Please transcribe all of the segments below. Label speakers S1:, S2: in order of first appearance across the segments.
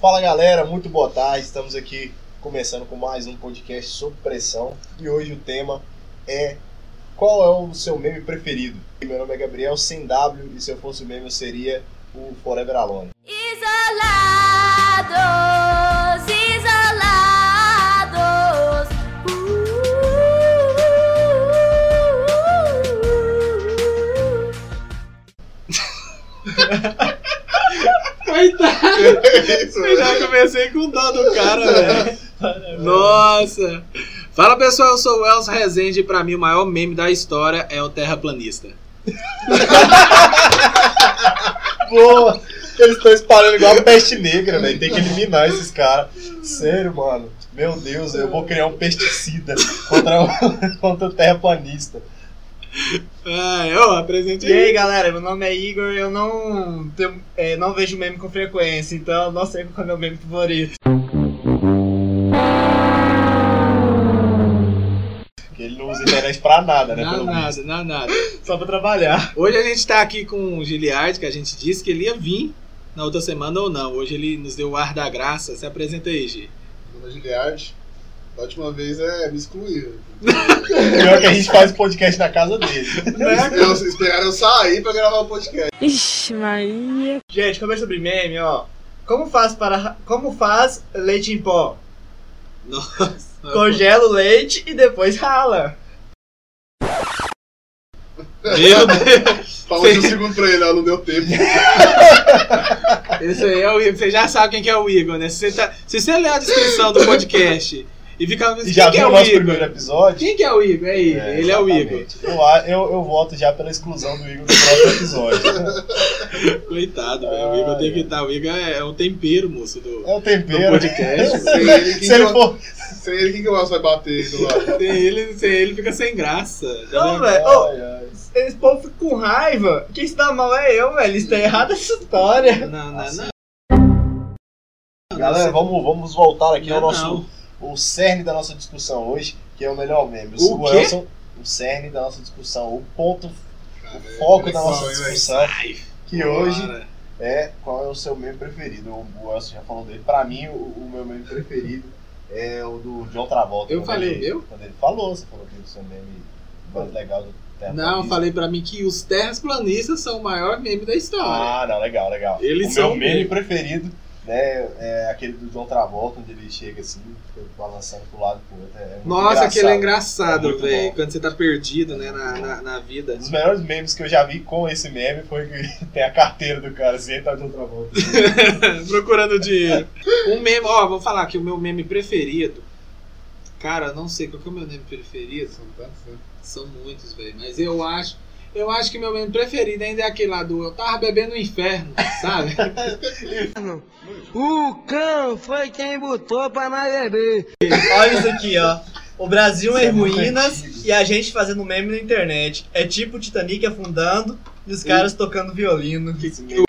S1: Fala galera, muito boa tarde. Estamos aqui começando com mais um podcast sobre pressão e hoje o tema é qual é o seu meme preferido? Meu nome é Gabriel sem W e se eu fosse o meme eu seria o Forever Alone.
S2: Isolados, isolados. Uh,
S3: Coitado!
S1: Isso,
S3: Eu já comecei com dó do cara, velho. Nossa! Fala pessoal, eu sou o Wells Rezende e pra mim o maior meme da história é o terraplanista.
S1: Boa! Eles estão espalhando igual a peste negra, velho. Tem que eliminar esses caras. Sério, mano. Meu Deus, eu vou criar um pesticida contra o, contra o terraplanista.
S3: Ah, eu apresentei.
S4: E aí galera, meu nome é Igor, eu não, tenho- é, não vejo meme com frequência, então não sei qual é o meu meme favorito.
S1: Porque ele não usa internet pra nada, né?
S3: Não,
S1: pelo
S3: nada, não, nada.
S4: Só pra trabalhar.
S3: Hoje a gente tá aqui com o Giliard, que a gente disse que ele ia vir na outra semana ou não. Hoje ele nos deu o ar da graça. Se apresenta aí, Gi.
S5: Meu nome é Giliard. Da última vez é me excluir.
S1: visto. Pior que a gente faz o podcast na casa dele.
S5: Eu, esperaram eu sair pra gravar o podcast.
S6: Ixi, Maria.
S4: Gente, como é sobre meme, ó. Como faz para. Como faz leite em pó?
S3: Nossa.
S4: Congela o leite e depois rala.
S3: Meu Deus.
S5: Falei um segundo pra ele, ó, não deu tempo.
S3: Isso aí é o Igor. Você já sabe quem que é o Igor, né? Se você, tá... Se você ler a descrição do podcast e ficar
S1: E já
S3: quem
S1: viu
S3: que
S1: o
S3: é o
S1: nosso
S3: Igor?
S1: primeiro episódio?
S3: Quem que é o Igor? É ele, ele é o Igor.
S1: exatamente. Eu, a- eu, eu voto já pela exclusão do Igor do próximo episódio.
S3: Coitado, velho. O Igor tem que estar. O Igor é um tempero, moço, do,
S1: É o
S3: do
S1: tempero.
S3: podcast.
S5: Sem ele, quem,
S1: Se ele
S5: que,
S1: for
S5: sem ele, quem que o Elcio vai bater do lado?
S3: Sem ele, sem ele fica sem graça. Tá
S4: Não, velho. Ô,
S1: Ai, ai.
S4: esse povo fica com raiva. Quem se dá mal é eu, velho. Isso tá errado essa história.
S3: vendo? Não, não, não.
S1: Galera, vamos, vamos voltar aqui ao
S3: Não,
S1: nosso o cerne da nossa discussão hoje, que é o melhor meme.
S3: O quê?
S1: Elson, o cerne da nossa discussão, o ponto, o foco da nossa
S5: Vai, vai.
S1: discussão,
S3: Ai,
S1: que hoje
S3: Cara.
S1: é qual é o seu meme preferido. O o Elson já falou dele. Pra mim, o, o meu meme preferido é o do John Travolta.
S3: Eu
S1: quando
S3: falei,
S1: ele-
S3: eu?
S1: Quando ele falou, você falou que o seu meme mais legal do Terra
S3: Não,
S1: Planista.
S3: falei pra mim que os terraplanistas são o maior meme da história.
S1: Ah, não, legal, legal.
S3: Eles
S1: o meu
S3: são
S1: meme
S3: mesmo.
S1: preferido né, é aquele do John Travolta, onde ele chega assim, fica balançando pro lado e pro outro. É muito
S3: Nossa, aquele é
S1: É
S3: engraçado,
S1: muito
S3: velho.
S1: bom.
S3: Quando você tá perdido, né, na, na, na vida.
S1: Um dos melhores memes que eu já vi com esse meme foi que tem a carteira do cara assim, ele tá de outra volta.
S3: Procurando dinheiro. Um meme, ó, vou falar que o meu meme preferido. Cara, eu não sei qual que é o meu meme preferido.
S5: São tantos, né?
S3: São muitos, velho. Mas eu acho. Eu acho que meu meme preferido ainda é aquele lá do Eu tava bebendo no inferno, sabe?
S7: O cão foi quem botou pra nós beber.
S4: Olha isso aqui, ó. O Brasil
S1: Isso
S4: em
S1: é muito
S4: ruínas
S1: antigo.
S4: e a gente fazendo meme na internet. É tipo o Titanic afundando e os caras tocando violino.
S1: Esse meme.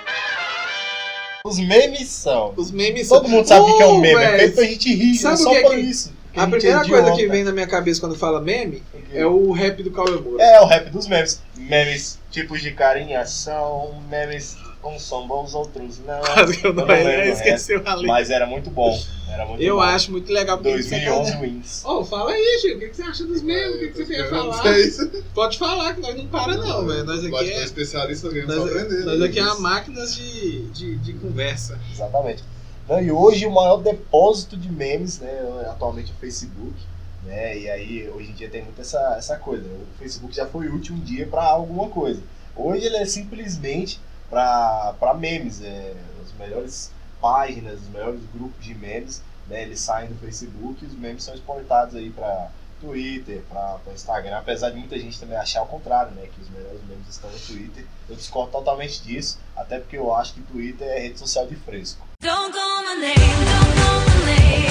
S1: Os memes são.
S3: Os memes
S1: Todo mundo sabe o que que é um
S3: Oh,
S1: meme, é
S3: velho.
S1: feito pra gente rir,
S3: Sabe
S1: é
S3: o
S1: só
S3: que é
S1: por
S3: que-
S1: isso. que
S3: A
S1: gente é
S3: primeira coisa
S1: idiota.
S3: que vem na minha cabeça quando fala meme
S1: Porque-
S3: é o rap do Cauê Moura.
S1: É o rap dos memes. Memes, tipos de cara em ação, memes, uns são bons, outros não.
S3: Eu não,
S1: Eu
S3: é,
S1: É. não lembro,
S3: eu esqueci o ralê.
S1: Mas era muito bom. Era muito
S3: Eu
S1: bom.
S3: acho muito legal. porque você tá-
S1: 2011 wins.
S3: Ô, fala aí, Gil. O que que você acha dos memes? O que que você tem a falar?
S5: É isso.
S3: Pode falar, que nós não para não, velho. Nós
S5: Pode
S3: aqui
S5: ser
S3: é...
S5: um especialista, alguém só aprender.
S1: né,
S5: né?
S3: Nós, nós aqui é
S5: amar.
S3: máquinas de, de, de conversa.
S1: Exatamente. Não, e hoje o maior depósito de memes, né, atualmente é o Facebook, né, e aí hoje em dia tem muito essa, essa coisa. né, O Facebook já foi útil um dia para alguma coisa. Hoje ele é simplesmente para memes, é, as melhores páginas, os melhores grupos de memes, né, eles saem do Facebook e os memes são exportados aí para Twitter, para Instagram, apesar de muita gente também achar o contrário, né, que os melhores memes estão no Twitter. Eu discordo totalmente disso, até porque eu acho que Twitter é rede social de fresco.
S2: Don't call my name, don't call my name.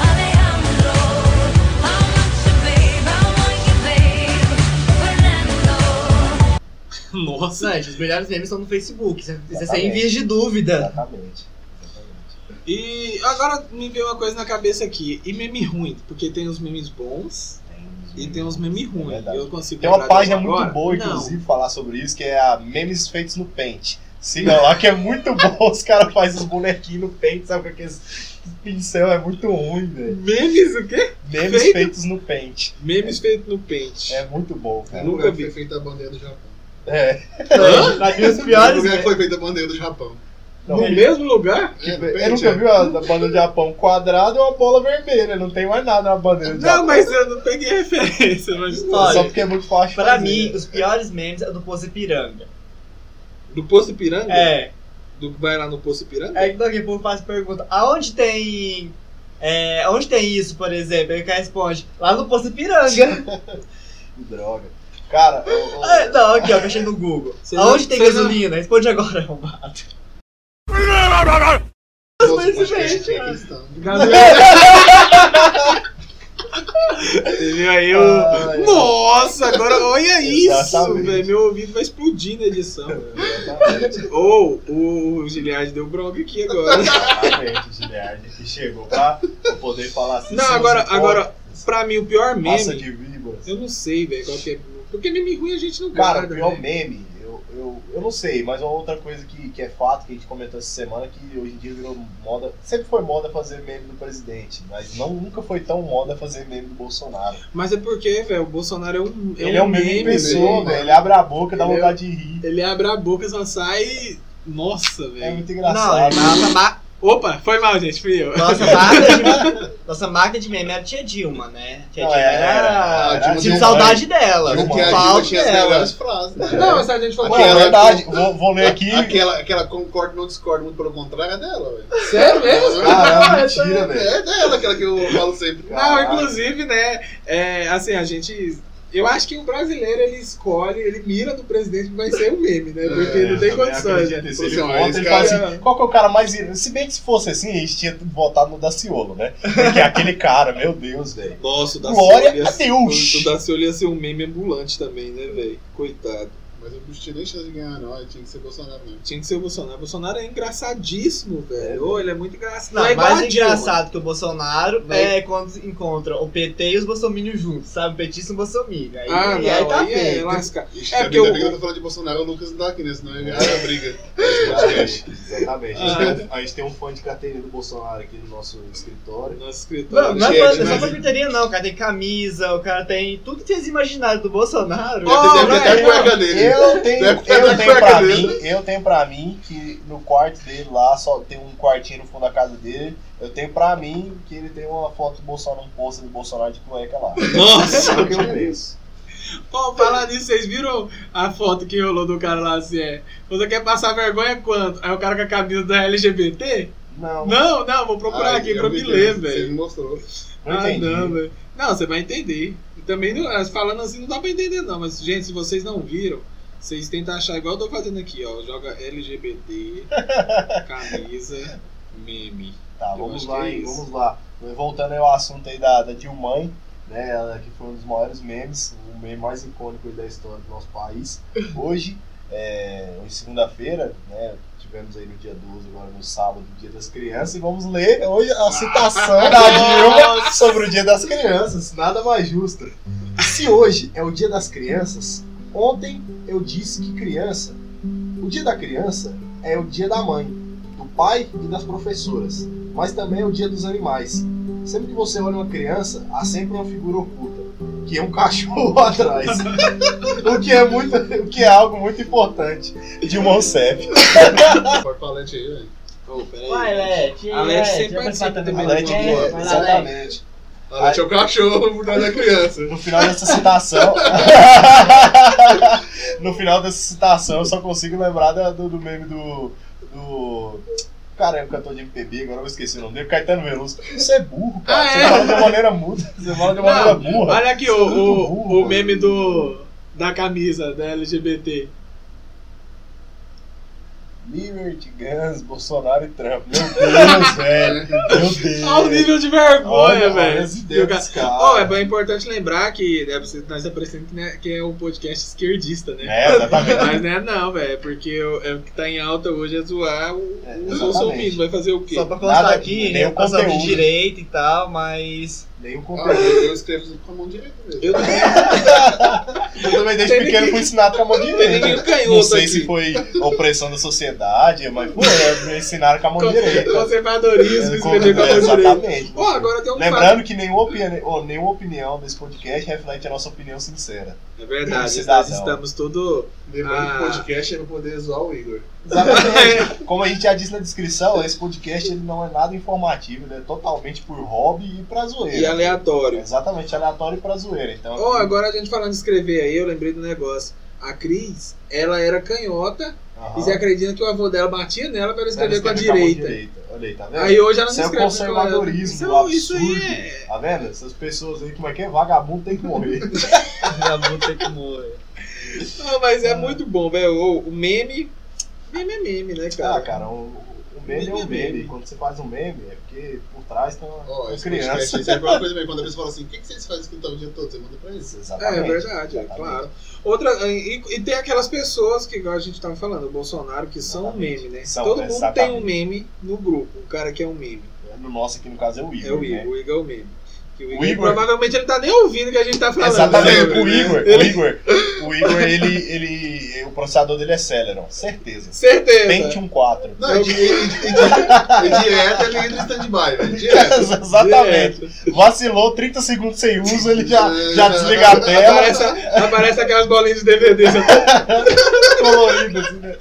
S2: Alejandro, how much you babe, how much you babe. Fernando.
S3: Nossa.
S4: Não, gente, os melhores memes estão no Facebook. Isso é- Isso é em
S1: Exatamente.
S4: vias de dúvida.
S1: Exatamente. Exatamente.
S3: E agora me veio uma coisa na cabeça aqui. E meme ruim? Porque tem os memes bons
S1: Tem uns
S3: E tem uns memes ruins.
S1: É Verdade.
S3: eu consigo
S1: Tem uma
S3: lembrar
S1: página
S3: disso
S1: muito
S3: agora?
S1: boa,
S3: Não.
S1: inclusive, falar sobre isso, que é a Memes Feitos no Paint. Siga lá que é muito bom, os caras fazem os bonequinhos no Paint, sabe? Com aqueles pincel é muito ruim, velho.
S3: Memes o quê?
S1: Memes
S3: Feito?
S1: feitos no Paint.
S3: Memes feitos no pente.
S1: É muito bom, cara.
S3: Nunca
S5: lugar que
S3: vi.
S5: Foi feita a bandeira do Japão.
S1: É.
S4: Pra mim, os
S5: o
S4: piores.
S5: lugar que
S4: né?
S5: foi feita a bandeira do Japão.
S1: Não,
S3: no mesmo lugar?
S5: É, no
S1: eu
S5: Paint,
S1: nunca
S5: é.
S1: vi a, a bandeira do Japão quadrada e uma bola vermelha. Não tem mais nada na bandeira do
S3: Não,
S1: Japão.
S3: mas eu não peguei referência, mas
S1: Só
S4: Olha,
S1: porque é muito fácil
S4: Pra
S1: fazer.
S4: mim, os piores memes é do Pose Piranga.
S3: Do Poço Piranga?
S4: É.
S3: Do vai lá no Poço Piranga?
S4: É que daqui a pouco faz pergunta: aonde tem. É, onde tem isso, por exemplo? Aí o cara responde: lá no Pose Piranga.
S1: Que droga. Cara, ô, ô,
S4: Ah, Não, aqui ó, que eu achei no Google.
S3: Você
S4: aonde
S3: não-
S4: tem
S3: você não-
S4: gasolina? Responde agora, é um arrombado.
S5: Nosso
S4: Mas,
S5: podcast
S4: gente,
S5: é
S4: é.
S5: cristão.
S3: E aí eu.
S1: Ah, é.
S3: Nossa, agora olha isso,
S1: Exatamente.
S3: velho. Meu ouvido vai explodir na edição.
S1: exatamente,
S3: Ou o Giliard deu bronca aqui agora.
S1: exatamente, Giliard, que chegou pra poder falar assim.
S3: Não,
S1: seus
S3: agora,
S1: hipócritas,
S3: agora, pra mim o pior
S1: Massa
S3: meme.
S1: de víboras.
S3: Eu não sei, velho, qual que é. Porque meme ruim a gente não
S1: Cara, o
S3: guarda,
S1: pior
S3: né?
S1: meme, eu, eu, eu não sei, mas uma outra coisa que, que é fato, que a gente comentou essa semana, é que hoje em dia virou moda. Sempre foi moda fazer meme do presidente, mas não, nunca foi tão moda fazer meme do Bolsonaro.
S3: Mas é porque, velho, o Bolsonaro é um. né?
S1: ele é um meme de pessoa,
S5: velho.
S1: velho. Ele abre a boca, dá
S3: Ele é-
S1: vontade de rir.
S3: Ele abre a boca, só sai. Nossa,
S1: É
S3: velho.
S1: muito
S4: Não, é
S1: engraçado.
S4: nossa, ma-
S3: Opa, foi mal, gente, fui eu.
S4: nossa, máquina de, nossa máquina de meme era a tia Dilma, né? Tia
S1: Não,
S4: Dilma
S1: é,
S4: era.
S1: é,
S4: Eu
S3: Tipo,
S5: é,
S4: tive
S5: é,
S4: saudade dela.
S1: Dilma,
S4: Tive
S5: Porque a Dilma
S4: falta
S5: tinha as
S4: dela.
S5: melhores frases, né?
S3: Não, essa gente foi
S1: Pô,
S3: mal.
S1: é
S5: aquela-
S1: verdade, vou, vou ler aqui.
S5: Aquela, aquela concorda não discorda, muito pelo contrário, é dela, velho.
S3: Sério mesmo?
S1: Cara, é mentira, velho.
S5: É dela aquela que eu falo sempre.
S3: Não,
S1: Caralho.
S3: inclusive, né? é, assim, a gente. Eu acho que o brasileiro ele escolhe, ele mira no presidente que vai ser o meme, né? Porque
S5: É,
S3: não tem
S1: Eu também
S3: condições,
S1: acredito
S3: né?
S1: nisso. Ele
S5: Assim, ó,
S1: vota,
S5: esse
S1: ele fala
S3: cara-
S1: assim, qual que é o cara mais... ir- Se bem que se fosse assim, a gente tinha votado no Daciolo, né? Porque aquele cara, meu Deus, velho.
S3: Nossa, o
S1: Glória
S3: Daciolo ia
S1: a
S3: ser-
S1: Deus.
S3: o Daciolo ia ser um meme ambulante também, né, velho? Coitado.
S5: Mas eu não tinha nem chance de ganhar, não. Aí Tinha que ser Bolsonaro né? mesmo.
S3: Tinha que ser o Bolsonaro. O Bolsonaro é engraçadíssimo, velho. Ô, ele é muito engraçado.
S4: Não,
S3: é igual
S4: mais
S3: a Dilma.
S4: engraçado que o Bolsonaro
S3: Vai.
S4: é quando se encontra o PT e os bolsominions juntos, sabe? O petista e o bolsominion. Aí,
S3: Ah,
S4: e aí
S3: não,
S4: tá
S3: aí é
S4: feio.
S3: lascar.
S5: Ixi,
S3: É
S5: é
S3: porque
S5: ainda
S3: o-
S5: bem que eu tô falando de Bolsonaro, o Lucas não tá aqui, né? Senão ele a briga.
S1: Exatamente. exatamente. A, gente
S3: Ah.
S1: tem um, a gente tem um fã de carteirinha do Bolsonaro aqui no nosso escritório.
S3: Nosso
S4: Não,
S3: escritório.
S4: não é
S5: Gente,
S4: pra-
S3: né?
S4: não é só
S5: mas-
S4: pra pirataria, não. O cara tem camisa, o cara tem tudo que vocês imaginaram do Bolsonaro.
S3: Ó,
S5: Deve ter até a
S3: velho,
S5: cueca dele.
S1: Eu tenho,
S5: Deve ter
S1: eu
S5: na
S1: tenho pra
S5: cueca
S1: mim,
S5: dele.
S1: eu tenho pra mim que no quarto dele lá, só tem um quartinho no fundo da casa dele. Eu tenho pra mim que ele tem uma foto do Bolsonaro, um pôster do Bolsonaro de cueca lá.
S3: Nossa!
S1: Só que eu penso.
S3: Bom, falar nisso, vocês viram a foto que rolou do cara lá assim? É, você quer passar vergonha quanto? Aí o cara com a camisa da LGBT?
S1: Não, não,
S3: Não, não, vou procurar
S5: Ah,
S3: aqui
S5: eu
S3: pra
S5: vi
S3: me
S5: que
S3: ler,
S5: Você
S3: velho.
S5: me mostrou.
S3: Ah,
S1: entendi.
S3: não, velho. Não, você vai entender. E Também, não- falando assim, não dá pra entender, não. Mas, gente, se vocês não viram, vocês tentam achar igual eu tô fazendo aqui, ó. Joga LGBT, camisa, meme.
S1: Tá,
S3: Eu
S1: vamos
S3: acho
S1: lá,
S3: que é
S1: hein,
S3: isso.
S1: vamos lá. Voltando aí ao assunto aí da, da Dilmãe, né? Ela que foi um dos maiores memes, o meme mais icônico aí da história do nosso país. Hoje, é, hoje segunda-feira, né? Tivemos aí no dia 12, agora no sábado, o Dia das Crianças, e vamos ler hoje a citação da Dilma sobre o Dia das Crianças, nada mais justo. Se hoje é o Dia das Crianças, ontem eu disse que criança. O Dia da Criança é o Dia da Mãe, do pai e das professoras mas também é o dia dos animais. Sempre que você olha uma criança, há sempre uma figura oculta, que é um cachorro atrás. o, que é muito, o que é algo muito importante de um Monsef.
S5: Pode falar Leti aí, velho.
S3: Ô, peraí.
S4: Vai, Lete.
S3: A Leti sempre participa também.
S1: A Leti
S3: Vai lá,
S1: é, exatamente.
S5: A Leti é o cachorro por trás da criança.
S1: No final dessa citação. no final dessa citação, eu só consigo lembrar da- do, do meme do. do. Cara, é um cantor de MPB, agora eu esqueci o nome dele, Caetano Veloso. Você é burro, cara.
S3: Ah,
S1: você
S3: é?
S1: fala de uma maneira muda, você fala de uma maneira
S3: Não,
S1: burra.
S3: olha aqui
S1: Você é
S3: o,
S1: muito
S3: o,
S1: burro,
S3: o meme do, da camisa da LGBT.
S1: Liberty Guns, Bolsonaro e Trump. Meu Deus, velho. Meu Deus.
S3: Olha o nível de vergonha,
S1: É. Olha,
S3: velho.
S1: as ideias
S3: Jogar-
S1: dos caras.
S3: Ó, é bem importante lembrar que né, vocês- nós aparecendo que, né, que é um podcast esquerdista, né?
S1: É, exatamente.
S3: Mas não é não, velho, porque o, é, o que tá em alta hoje é zoar o,
S1: É,
S3: o
S1: exatamente.
S3: Bolsonaro. Vai fazer o quê?
S4: Só pra constar
S1: Nada-
S4: aqui,
S1: nem
S4: né?
S1: o
S4: Passamos de
S1: conteúdo.
S4: direita e tal, mas
S1: Nenhum
S5: Ah,
S1: conteúdo.
S5: eu, eu escrevo tudo com a mão direita mesmo.
S3: Eu também.
S1: Eu também desde
S3: Tem
S1: pequeno
S3: ninguém-
S1: fui ensinado com a mão
S3: Tem ninguém
S1: direita.
S3: canhoto
S1: Não sei
S3: aqui.
S1: se foi opressão da sociedade, mas foi, é, me ensinaram com a mão direita. É,
S3: Conservadorismo,
S1: Com-
S3: escrever com a mão direita.
S1: Exatamente.
S3: Pô, agora tem um
S1: tá- Lembrando que nenhuma opinião, ou nenhuma opinião desse podcast reflete a nossa opinião sincera.
S3: É verdade, nós
S1: Cidadão.
S3: estamos todo.
S5: Lembrando que
S3: Ah.
S5: o podcast é pra poder zoar o Igor.
S1: Exatamente. Como a gente já disse na descrição, esse podcast ele não é nada informativo, ele é totalmente por hobby e pra zoeira.
S3: E aleatório.
S1: Exatamente, aleatório e pra zoeira. Então,
S3: Ó, agora a gente falando de escrever aí, eu lembrei do negócio. A Cris, ela era canhota
S1: aham.
S3: e você acredita que o avô dela batia nela pra ela
S1: Ela
S3: escrever com a
S1: escreve mão
S3: direita.
S1: Olha aí, tá vendo?
S3: Aí hoje ela não
S1: Isso é o
S3: escreve com a-
S1: conservadorismo,
S3: Isso-
S1: o absurdo.
S3: Isso aí é.
S1: Tá vendo? Essas pessoas aí, como é que é? Vagabundo tem que morrer.
S4: Vagabundo tem que morrer.
S3: Ah, mas é muito bom, velho. O o meme. Meme é meme, né,
S1: Ah,
S3: cara?
S1: cara, o, o meme é um meme. Quando você faz um meme, é porque por trás tem uma,
S5: Ó,
S1: uma
S5: esse podcast
S1: criança.
S5: aí serve pra uma coisa mesmo. Quando a pessoa fala assim, o que, que vocês fazem escutando o dia todo? Você manda pra eles.
S3: É, é
S1: Exatamente.
S3: verdade, é
S1: Exatamente.
S3: claro. Outra, e, e tem aquelas pessoas que igual a gente tava falando, o Bolsonaro, que são um
S1: Exatamente.
S3: meme, né?
S1: São,
S3: Todo mundo tem um
S1: exatamente.
S3: meme no grupo, o cara que é um meme.
S1: No nosso aqui, no caso, é o Igor.
S3: É o
S1: né?
S3: Igor, o Igor é o meme. Que o
S1: O
S3: Igor,
S1: Igor-
S3: provavelmente ele tá nem ouvindo o que a gente tá falando.
S1: Exatamente,
S3: né?
S1: o Igor.
S3: Ele-
S1: O Igor, o Igor ele, ele, o processador dele é Celeron, certeza.
S3: Certeza. é
S1: Pentium 4.
S5: Não, e, di- e, di- e, di- e direto ele entra no stand-by, velho. Direto.
S1: Exatamente. Vacilou 30 segundos sem uso, ele já, já desliga a tela,
S3: É, Aparece, aparece aquelas bolinhas de DVD. sabe?
S1: colorido assim, né?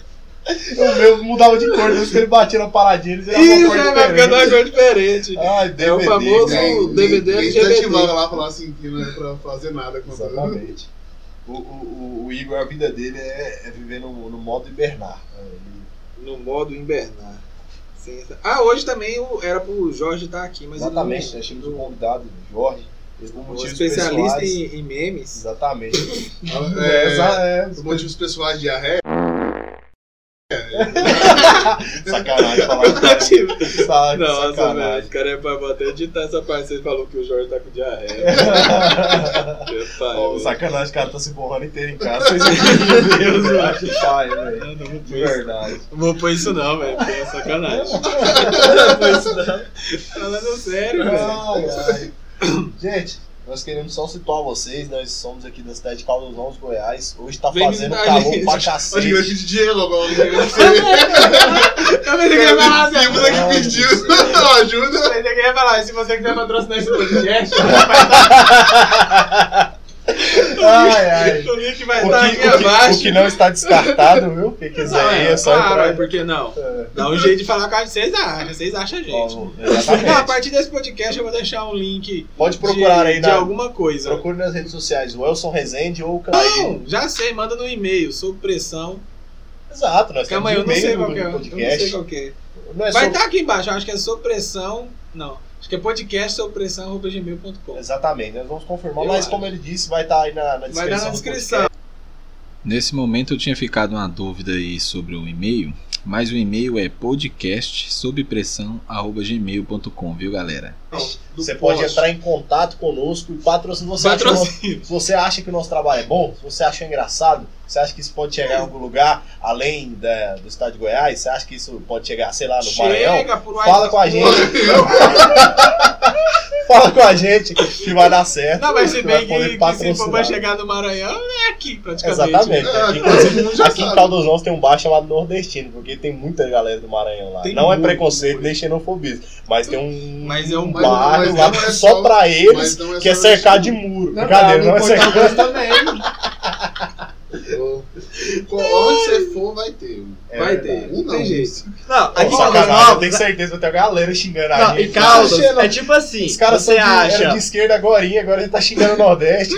S1: O meu mudava de cor, depois que ele batia na paradinha, ele virava é, uma
S3: Isso,
S1: cor
S3: né? vai ficando uma
S1: diferente.
S3: cor diferente.
S1: Ai, né?
S3: É o
S1: DVD,
S3: famoso-
S1: cara.
S3: O DVD
S5: Ele
S3: LGBT.
S5: desativava lá, falar assim, que não é pra fazer nada com a
S1: Exatamente. O, o, o- o Igor, a vida dele é, é viver no, no modo hibernar. né? Ele-
S3: No modo invernar. Sim, tá. Ah, hoje também o- era pro Jorge estar aqui, mas ele não- é.
S1: Exatamente, nós tínhamos um convidado, o Jorge, por
S3: O
S1: motivos
S3: Um especialista
S1: pessoais.
S3: em, em memes.
S1: Exatamente.
S5: É,
S1: Essa é.
S5: Os motivos pessoais de diarreia.
S1: Sacanagem falar do cara. Sa-
S3: Nossa, velho,
S1: Tipo, tá sacanagem.
S3: o cara é pra vou até editar essa parte. Você falou que o Jorge tá com diarreia. Meu pai,
S1: Ô,
S3: velho.
S1: sacanagem, o cara tá se borrando inteiro em casa. Vocês Meu Deus, eu acho pai, velho. De verdade.
S4: Não vou pôr isso não, velho.
S3: É sacanagem. Falando sério, velho.
S1: Ai, ai. Gente, nós queremos só situar vocês. Nós somos aqui da cidade de Caldas Novos, Goiás. Hoje tá
S3: Vem
S1: fazendo
S3: visitar a
S1: calor
S3: gente.
S1: pra
S5: Acho que eu
S1: cacete.
S5: pedi dinheiro agora. Eu
S3: Eu pensei que ele ia falar assim.
S5: o moleque
S1: Ai,
S5: pediu
S1: meu
S5: ajuda.
S4: Eu queria falar, se você quiser patrocinar esse podcast,
S1: Ai, ai.
S3: O link vai
S1: O
S3: estar
S1: que,
S3: Tá aqui
S1: o que-
S3: abaixo.
S1: o que não está descartado, viu? Quem quiser
S3: Ah,
S1: ir, é só
S3: claro, é
S1: entrar.
S3: por que não?
S1: É.
S3: Dá um jeito de falar com a gente. Vocês acham, vocês acham a gente.
S1: Ó,
S3: Não, a
S1: Exatamente.
S3: partir desse podcast eu vou deixar um link
S1: Pode procurar
S3: de,
S1: aí
S3: de
S1: na,
S3: alguma coisa.
S1: Procure nas redes sociais o Elson Rezende ou o Caio.
S3: Não, já sei, manda no e-mail, sob pressão.
S1: Exato, nós
S3: Calma aí, eu
S1: temos
S3: não sei
S1: e-mail do
S3: qual que é. Eu não sei
S1: podcast.
S3: qual que é.
S1: Não é
S3: Vai
S1: sobre-
S3: estar aqui embaixo, eu acho que é sob pressão. Não, acho que é podcast sob pressão, arroba gmail.com.
S1: Exatamente, nós vamos confirmar,
S3: Eu
S1: mas
S3: acho.
S1: como ele disse, vai estar aí na, na descrição.
S3: Vai dar na
S1: do
S3: descrição.
S8: Nesse momento eu tinha ficado uma dúvida aí sobre o e-mail, mas o e-mail é podcastsobpressão@gmail.com, viu, galera?
S3: do
S1: Você pode
S3: post.
S1: entrar em contato conosco e patrocinar. Você acha que
S3: Patrocínio.
S1: o nosso- se você acha que o nosso trabalho é bom, se você acha engraçado, você acha que isso pode chegar em algum lugar além da- do estado de Goiás, você acha que isso pode chegar, sei lá, no Maranhão,
S3: Chega por um
S1: fala com a gente. fala com a gente que vai dar certo.
S3: Não, mas se
S1: que vai
S3: bem
S1: poder
S3: que, que se
S1: patrocinar.
S3: for pra chegar no Maranhão, é aqui praticamente.
S1: Exatamente.
S5: Ah,
S1: Aqui, É, inclusive,
S5: todo mundo já
S1: aqui em
S5: sabe.
S1: Caldas Novas tem um bar chamado Nordestino, porque tem muita galera do Maranhão lá.
S3: Tem
S1: não é
S3: muito,
S1: preconceito
S3: muito.
S1: nem xenofobismo, mas tem um,
S3: Mas é um
S5: Mas-
S1: bar
S5: mas
S1: lá
S5: não é
S1: só,
S5: só-
S1: pra eles,
S5: Mas não
S1: que é
S5: só
S1: cercado de
S5: isso.
S1: muro.
S4: não,
S1: Brincadeira, não é
S4: não,
S1: cercado.
S4: não também.
S5: Ô, co- Onde você for, vai ter. um.
S3: Vai
S1: É
S3: ter,
S1: verdade.
S3: não
S5: Não,
S3: tem
S5: não.
S3: jeito.
S4: Não,
S1: Pô,
S4: aqui em Caldas
S1: sacanagem, eu
S4: Novas...
S1: tenho certeza que vai ter uma galera xingando a
S4: né? Não,
S1: gente.
S4: em Caldas,
S1: Tá xeno-
S4: é tipo assim,
S1: Os caras são
S4: você
S1: de,
S4: acha...
S1: era de esquerda agora, agora ele tá xingando o Nordeste.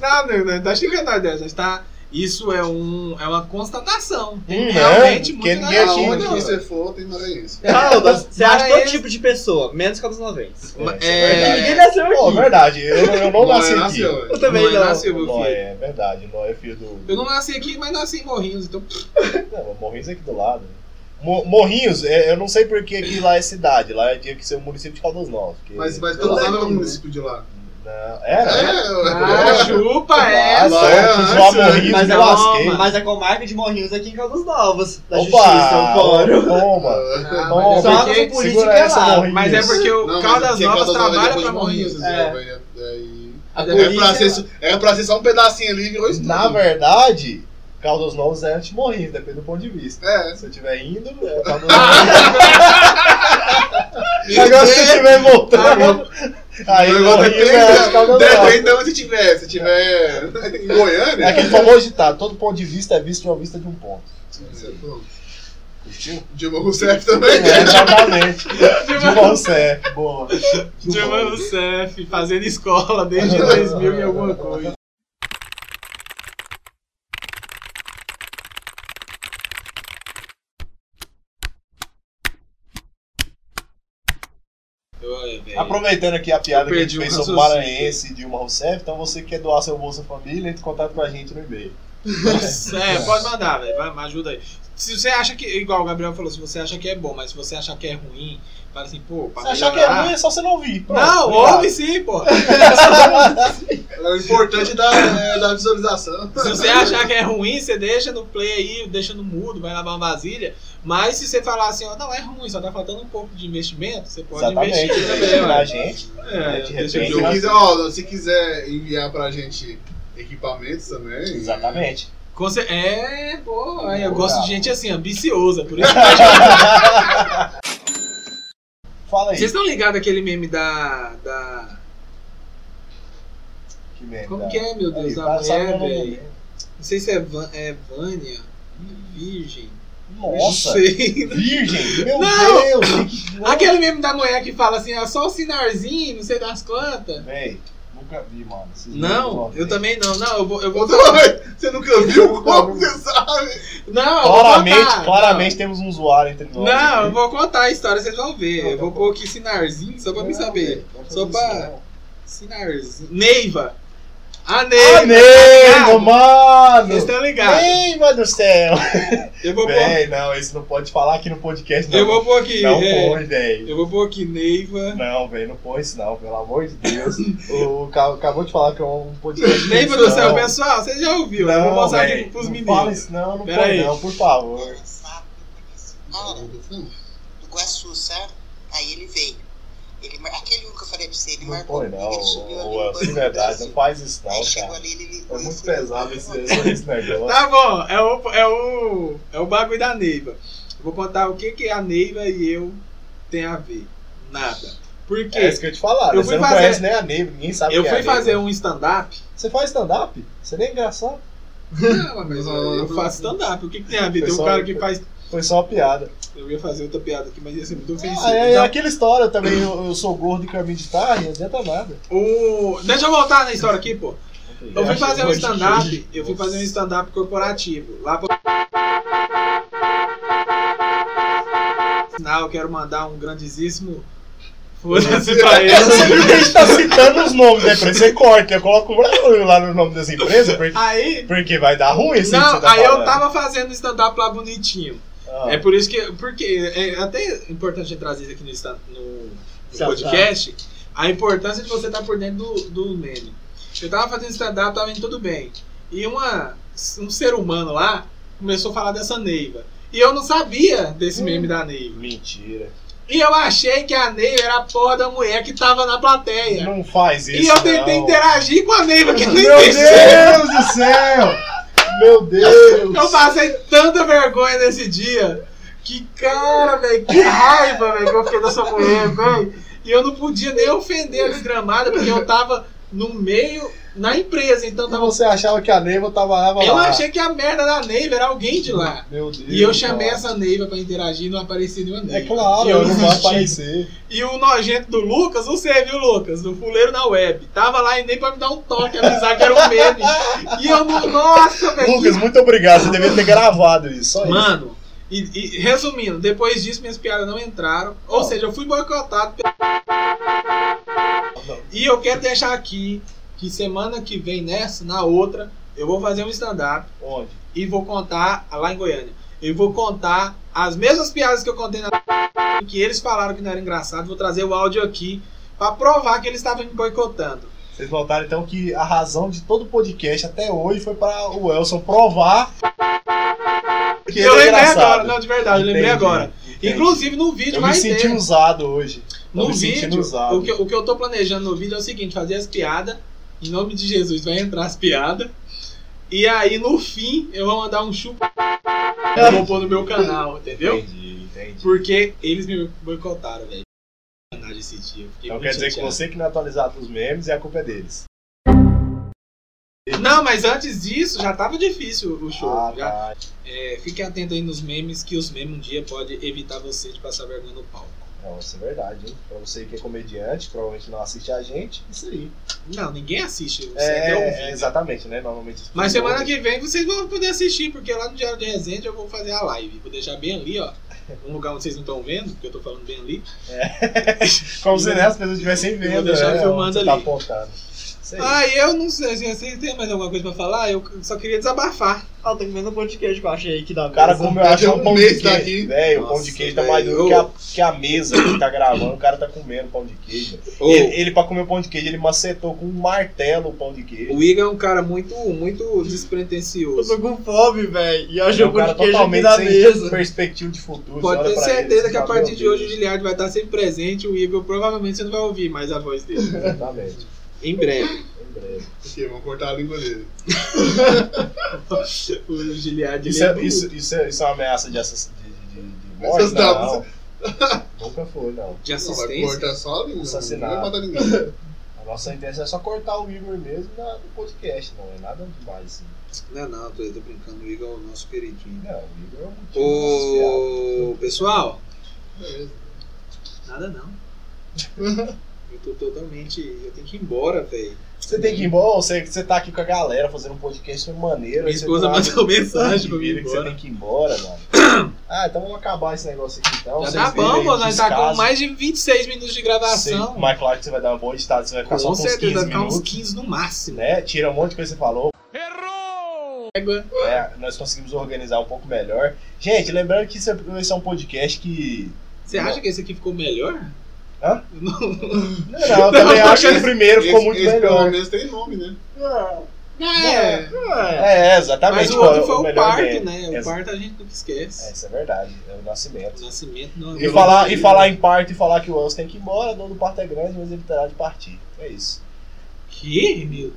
S3: Não, não, não, tá chegando a ideia, mas tá. Isso é, um, é uma constatação. Tem
S1: Hum,
S3: realmente
S1: não,
S3: muito
S1: porque ninguém
S3: galera-
S1: aqui-
S5: Aonde
S1: não.
S5: Ah, você for, tem maranhense.
S4: Caldas, você acha
S3: Maranhense.
S4: todo tipo de pessoa, menos Caldas Novenses.
S1: Isso
S3: É.
S1: verdade.
S4: Ninguém nasceu aqui.
S1: Pô, verdade, eu, eu não nasci
S5: Não, é
S1: aqui.
S5: nasceu,
S4: Eu
S5: velho.
S4: também
S3: Não é
S4: não.
S3: nascido. meu
S1: Nó
S3: filho.
S1: é verdade, nó é filho do.
S3: Eu não nasci aqui, mas nasci em Morrinhos, então.
S1: Não, Morrinhos é aqui do lado. Mo- Morrinhos, é- eu não sei porque aqui lá é cidade, lá tinha que ser o um município de Caldas Novas. porque-
S5: Mas, mas
S1: sei lá,
S5: Caldas Novas é o município de lá.
S1: Não, é, era?
S5: É,
S1: né?
S3: Ah, chupa
S1: Nossa,
S3: essa!
S5: essa.
S1: João Amorim,
S4: Mas
S1: me
S4: é,
S1: lasquei.
S4: uma, mas é com marca de morrinhos aqui em Caldas Novas, da
S1: Opa,
S4: Justiça, eu foro.
S1: Toma,
S3: Ah,
S1: toma.
S3: mas é
S4: Só
S3: porque-
S4: que política
S1: segura
S4: é
S1: essa,
S4: lá,
S1: Morrinhos.
S3: Mas é porque o
S5: Não, mas é
S3: Caldas
S5: porque
S3: Novas
S5: Caldas Novas
S3: trabalha
S5: depois
S3: pra
S5: de
S3: Morrinhos.
S5: né,
S4: É.
S5: velho? Daí-
S3: A
S5: Era É pra,
S3: polícia-
S5: ser, só- era pra ser só um pedacinho ali e virou estudo.
S1: Na verdade, Caldas Novos é antes morrinho, depende do ponto de vista.
S5: É.
S1: Se eu estiver indo, é Caldas Novos. Agora se eu estiver
S3: Ah,
S1: voltando,
S3: não.
S1: aí
S5: Agora
S1: morrinho é Caldas
S5: depende,
S1: Novos.
S5: depende de onde tiver. Se tiver né, em
S1: É
S5: Goiânia.
S1: aquele famoso ditado, todo ponto de vista é visto de uma vista de um ponto. Curtiu?
S5: Dilma Rousseff também.
S1: É, exatamente. Dilma Rousseff, boa.
S3: Dilma Rousseff fazendo escola desde 2000 e alguma coisa. Olha, velho.
S1: Aproveitando aqui a piada que
S3: Eu
S1: a
S3: perdi
S1: gente
S3: um
S1: fez sobre o
S3: raciocínio.
S1: Maranhense e Dilma Rousseff, então você que quer doar seu Bolsa Família, entre em contato com a gente no e-mail.
S3: Nossa, é, pode mandar, velho. Vai, me ajuda aí. Se você acha que, igual o Gabriel falou, se você acha que é bom, mas se você achar que é ruim, fala assim, pô, pra
S1: Se achar que é
S3: melhorar-
S1: ruim, é só você não ouvir. Pronto,
S3: Não,
S1: obrigado.
S3: ouve sim, pô.
S5: O importante da, é da visualização.
S3: Se você achar que é ruim, você deixa no play aí, deixa no mudo, vai lavar uma vasilha. Mas se você falar assim, ó, não, é ruim, só tá faltando um pouco de investimento, você pode
S1: Exatamente,
S3: investir
S1: investir
S3: também,
S1: na
S3: ué.
S1: gente.
S3: É,
S1: de
S3: deixa
S1: repente, né?
S3: eu
S5: Se
S3: ver.
S1: nós-
S5: quiser, ó, se quiser enviar pra gente equipamentos também.
S1: Exatamente.
S3: Com cer- É, pô, aí eu
S1: Boa.
S3: gosto de gente assim, ambiciosa, por
S1: É
S3: isso que
S1: Fala aí,
S3: Vocês estão ligados àquele meme da. da...
S1: que merda.
S3: Como que é, meu Deus?
S1: Aí,
S3: a
S1: fala, sabe
S3: mulher,
S1: o nome
S3: velho.
S1: dele?
S3: Não sei se é, Van, é Vânia. Virgem.
S1: Nossa,
S3: Não sei.
S1: virgem, meu
S3: Não!
S1: Deus. que- que-
S3: Aquele meme da mulher que fala assim, ah, só o sinarzinho, não sei das quantas.
S1: Véi, nunca vi, mano. Esses
S3: Não,
S1: memes,
S3: eu
S1: ó,
S3: também não. Não, eu vou. Eu vou
S5: Você nunca viu como você sabe?
S3: não, eu vou
S1: Claramente,
S3: contar.
S1: claramente temos um usuário entre nós.
S3: Não, eu vou contar a história, vocês vão ver.
S1: Não,
S3: eu
S1: tá
S3: vou
S1: bom. É.
S3: pôr aqui sinarzinho só pra me saber. Só pra-
S1: pra.
S3: Sinarzinho. Neiva. A Neiva. Tá
S1: Amém, mano!
S3: Vocês estão ligados?
S1: Neiva do céu!
S3: Eu vou pôr.
S1: Véi, não, esse não pode falar aqui no podcast, não.
S3: Eu vou pôr aqui.
S1: Não
S3: é,
S1: põe, véi.
S3: eu vou pôr aqui Neiva.
S1: Não, velho, não põe isso não, pelo amor de Deus. o Ca- acabou de falar que é um podcast.
S3: Neiva do céu,
S1: Não.
S3: pessoal, você já ouviu? eu
S1: Não,
S3: vou mostrar
S1: véi,
S3: aqui pros
S1: não
S3: meninos.
S1: Fala isso não, não
S3: Pera
S1: põe
S3: aí.
S1: não, por favor.
S9: Mora assim, do Guaçu, sabe? Aí ele veio. Ele, mar- aquele um que eu falei pra você, ele
S1: Não
S9: marcou
S1: põe
S9: comigo,
S1: não,
S9: ele subiu ali. no
S1: Wilson,
S9: banco
S1: de
S9: do
S1: verdade, não
S9: Brasil.
S1: faz isso
S9: Aí
S1: não,
S9: chegou
S1: cara.
S9: ali, ele
S1: É
S9: ligou e Tá
S1: muito
S9: foi-
S1: pesado esse, esse negócio.
S3: Tá bom, é o, é o, é o bagulho da Neiva. Eu vou contar o que, que a Neiva e eu tem a ver. Nada. Por
S1: É
S3: quê?
S1: isso que eu te falar,
S3: Eu
S1: você
S3: fui
S1: não
S3: fazer-
S1: conhece nem a Neiva, ninguém sabe
S3: eu
S1: quem é
S3: fui
S1: a Neiva.
S3: fazer um stand-up.
S1: Você faz stand-up? Você nem é engraçado?
S3: Não, Ah, mas eu, eu faço stand-up. O que, que tem a ver? Tem um
S1: Pessoal,
S3: cara que faz.
S1: Foi só uma piada.
S3: Eu ia fazer outra piada aqui, mas ia ser muito ofensivo.
S1: Ah, é, é
S3: Então,
S1: aquela história também, eu, eu sou gordo e caminho de tarde, não adianta nada.
S3: Então, o... Deixa eu voltar na história aqui, pô. Eu fui
S1: acho
S3: fazer um
S1: hoje-
S3: stand-up.
S1: hoje-
S3: Eu fui fazer um stand-up corporativo. Lá pra. Sinal, eu quero mandar um grandíssimo. Foda-se pra eles.
S1: A gente tá citando os nomes da empresa. Você corta, eu coloco o barulho lá no nome das empresas, porque,
S3: Aí.
S1: porque vai dar ruim assim que
S3: Não,
S1: você tá
S3: aí eu
S1: falando.
S3: tava fazendo stand-up lá bonitinho.
S1: Ah,
S3: É por isso que. Porque é até importante trazer isso aqui no, sta- no- no
S4: Sim,
S3: podcast a importância de você estar por dentro do, do meme. Eu tava fazendo stand-up, tava indo tudo bem. E uma, um ser humano lá começou a falar dessa Neiva. E eu não sabia
S1: Hum.
S3: desse meme da Neiva.
S1: Mentira.
S3: E eu achei que a Neiva era a porra da mulher que tava na plateia.
S1: Não faz isso.
S3: e eu tentei
S1: não.
S3: interagir com a Neiva, que não
S1: Meu
S3: existia.
S1: Deus do céu! Meu Deus!
S3: Eu passei tanta vergonha nesse dia. Que cara, velho, que raiva, velho, que eu fiquei dessa mulher, velho. E eu não podia nem ofender a desgramada, porque eu tava no meio, na empresa, então
S1: Então
S3: tava.
S1: você achava que a Neiva tava lá, tava
S3: Eu
S1: lá.
S3: achei que a merda da Neiva era alguém de lá.
S1: Meu Deus.
S3: E eu chamei
S1: cara.
S3: essa Neiva pra interagir e não aparecia nenhuma Neiva.
S1: É claro,
S3: E eu
S1: não vai
S3: desisti.
S1: aparecer.
S3: E o nojento do Lucas, não sei, viu, Lucas? Do fuleiro na web. Tava lá e nem pra me dar um toque, avisar que era um meme. E eu não. Nossa, velho. que
S1: Lucas, muito obrigado. Você devia ter gravado isso. Só isso.
S3: Mano, e, e resumindo, depois disso minhas piadas não entraram. Ou
S1: Não.
S3: seja, eu fui boicotado. pe- E eu quero deixar aqui que semana que vem, nessa, na outra, eu vou fazer um stand-up
S1: Onde?
S3: e vou contar ah, lá em Goiânia. Eu vou contar as mesmas piadas que eu contei na. que eles falaram que não era engraçado. Vou trazer o áudio aqui pra provar que eles estavam me boicotando.
S1: Vocês notaram então que a razão de todo o podcast até hoje foi para o Elson provar que ele
S3: eu
S1: é
S3: lembrei
S1: engraçado.
S3: agora, não, de verdade, eu lembrei
S1: Entendi,
S3: agora.
S1: entendi.
S3: Inclusive no vídeo
S1: eu me
S3: vai
S1: senti um
S3: ter.
S1: usado hoje. Tô
S3: No
S1: me sentindo
S3: vídeo,
S1: usado.
S3: o que, o que eu tô planejando no vídeo é o seguinte: fazer as piadas. Em nome de Jesus, vai entrar as piadas. E aí, no fim, eu vou mandar um chupa. Eu vou pôr no meu canal, entendeu?
S1: Entendi, entendi.
S3: Porque eles me boicotaram, velho. Sacanagem Esse dia. eu fiquei
S1: Então
S3: muito
S1: quer dizer que
S3: chateado.
S1: você que não é atualizado nos memes é a culpa é deles.
S3: Não, mas antes disso já tava difícil o show.
S1: Ah,
S3: já,
S1: tá.
S3: é, fique atento aí nos memes, que os memes um dia pode evitar você de passar vergonha no palco.
S1: Não, isso é verdade, hein? Pra você que é comediante, provavelmente não assiste a gente, isso aí.
S3: Não, ninguém assiste. Você
S1: É,
S3: deu um
S1: é,
S3: vídeo.
S1: exatamente, né? Normalmente.
S3: Mas semana que vem vocês vão poder assistir, porque lá no Diário de Resende eu vou fazer a live. Vou deixar bem ali, ó. Um lugar onde vocês não estão vendo, porque eu tô falando bem ali.
S1: Como se né, as pessoas estivessem vendo.
S3: Vou deixar
S1: né, onde
S3: filmando
S1: você Tá
S3: ali.
S1: apontando. Isso aí.
S3: Ah, e eu não sei se vocês têm mais alguma coisa pra falar, eu só queria desabafar.
S4: Ah, eu tô comendo um pão de queijo que eu achei aqui da
S1: O cara
S4: mesa.
S1: comeu, achou
S5: um
S1: um pão de
S5: mês
S1: queijo.
S5: daqui.
S1: Velho, o pão
S3: Nossa,
S1: de queijo tá mais
S3: velho.
S1: duro que a, que a mesa que tá gravando. O cara tá comendo pão de queijo. Ele, ele, pra comer o pão de queijo, ele macetou com um martelo o pão de queijo.
S3: O Igor é um cara muito, muito
S4: Eu
S3: despretensioso.
S4: tô com fome, velho. E eu
S1: É
S4: achei
S1: um
S4: um pão
S1: cara
S4: de queijo aqui
S1: totalmente
S4: da
S1: sem
S4: mesa.
S1: perspectiva de futuro. você
S3: Pode
S1: olha
S3: ter
S1: pra
S3: certeza
S1: ele,
S3: que a
S1: você fala,
S3: partir
S1: "Meu
S3: de hoje o
S1: Deus".
S3: Giliard vai estar sempre presente. O Igor provavelmente você não vai ouvir mais a voz dele.
S1: Exatamente.
S3: Em breve.
S1: Em breve.
S5: Ok, vamos cortar a língua dele.
S3: O Giliard
S1: Isso
S3: ele é
S1: é,
S3: do-
S1: isso, isso, é, isso é uma ameaça de, assass- de, de, de, de
S5: Essas
S1: morte? Não.
S5: damas.
S1: Nunca foi, não.
S3: de
S5: Não, vai
S3: assistência.
S5: cortar só a língua.
S1: Assassinato.
S5: Não vai matar ninguém.
S1: A nossa intenção é só cortar o Igor mesmo na, do podcast, não é nada demais. Assim.
S3: Não, não, tô, tô brincando. O Igor é o nosso queridinho.
S1: Não, o Igor é um motivo
S3: Ô, pessoal.
S5: Beleza.
S3: Nada não. Eu tô totalmente. Eu tenho que ir embora, velho.
S1: Você tem que ir embora, ou você, você tá aqui com a galera fazendo um podcast é maneiro.
S3: Minha
S1: aí você
S3: esposa
S1: tá-
S3: mandou mensagem pra
S1: que
S3: mim
S1: vira
S3: ir
S1: que você
S3: embora.
S1: tem que ir embora, mano. Ah, então vamos acabar esse negócio aqui então.
S3: Já
S1: Vocês
S3: tá
S1: viram aí
S3: bom, pô.
S1: o
S3: Nós tá com
S1: descaso.
S3: mais de 26 minutos de
S1: Sim,
S3: gravação.
S1: Mas claro que você vai dar uma boa editada, você vai ficar só
S3: Com
S1: com uns 15
S3: certeza, tá um vai ficar uns
S1: minutos.
S3: 15 no máximo.
S1: Né? Tira um monte de coisa que você falou.
S3: Égua.
S1: né? Nós conseguimos organizar um pouco melhor. Gente, lembrando que isso é- esse é um podcast que.
S3: Você acha que esse aqui ficou melhor?
S1: Hã?
S3: Não.
S1: Não, não, eu também
S3: Não,
S1: acho que o primeiro ficou
S5: Esse-
S1: muito
S5: esse Pelo
S1: melhor.
S5: menos tem nome, né?
S3: É.
S4: É.
S1: É, é, exatamente.
S3: Mas o outro
S1: o-
S3: foi
S1: o
S3: o
S1: melhor
S3: parto,
S1: dele.
S3: né? O
S1: Ex-
S3: parto a gente nunca
S1: É,
S3: esquece.
S1: isso é verdade. É o nascimento.
S3: O nascimento não é
S1: E falar, e falar em parto e falar que o Elcio tem que ir embora, dono do parto é grande, mas ele terá de partir. É isso.
S3: Que? Meu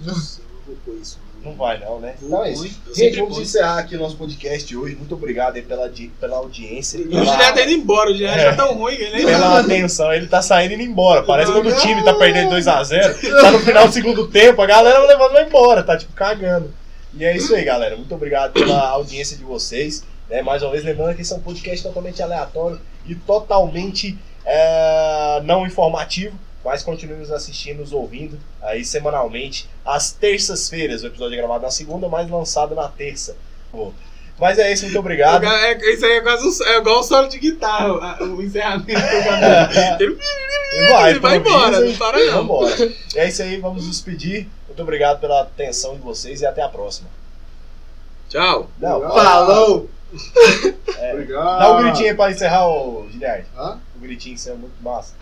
S3: do céu, eu não vou pôr isso.
S1: Não vai não, né? Então é isso.
S3: Eu
S1: Gente,
S3: sempre
S1: vamos
S3: ponho.
S1: encerrar aqui o nosso podcast de hoje. Muito obrigado aí pela, di- pela audiência.
S3: O Gilé tá
S1: Pela,
S3: indo embora, o Gilé
S1: É.
S3: já tá tão ruim, que ele nem
S1: pela atenção. Ele tá saindo e indo embora. Parece quando o time tá perdendo 2x0. Tá no final do segundo tempo, a galera vai levando vai embora. Tá tipo cagando. E é isso aí, galera. Muito obrigado pela audiência de vocês. né? Mais uma vez, lembrando que esse é um podcast totalmente aleatório e totalmente é, não informativo. Mas continue nos assistindo, nos ouvindo aí semanalmente, às terças-feiras. O episódio é gravado na segunda, mas lançado na terça. Bom, Mas é isso, muito obrigado.
S3: É, é- isso aí é quase um- é igual o solo de guitarra, a- o encerramento do cabelo. Ele
S1: E vai,
S3: Ele vai
S1: improvisa
S3: embora,
S1: e
S3: não para não.
S1: Vambora. É isso aí, vamos nos despedir. Muito obrigado pela atenção de vocês e até a próxima.
S3: Tchau.
S1: Não,
S4: Falou!
S5: Obrigado.
S1: um dá um gritinho aí pra encerrar, o Guilherme.
S5: Hã?
S1: Um gritinho, isso é muito massa.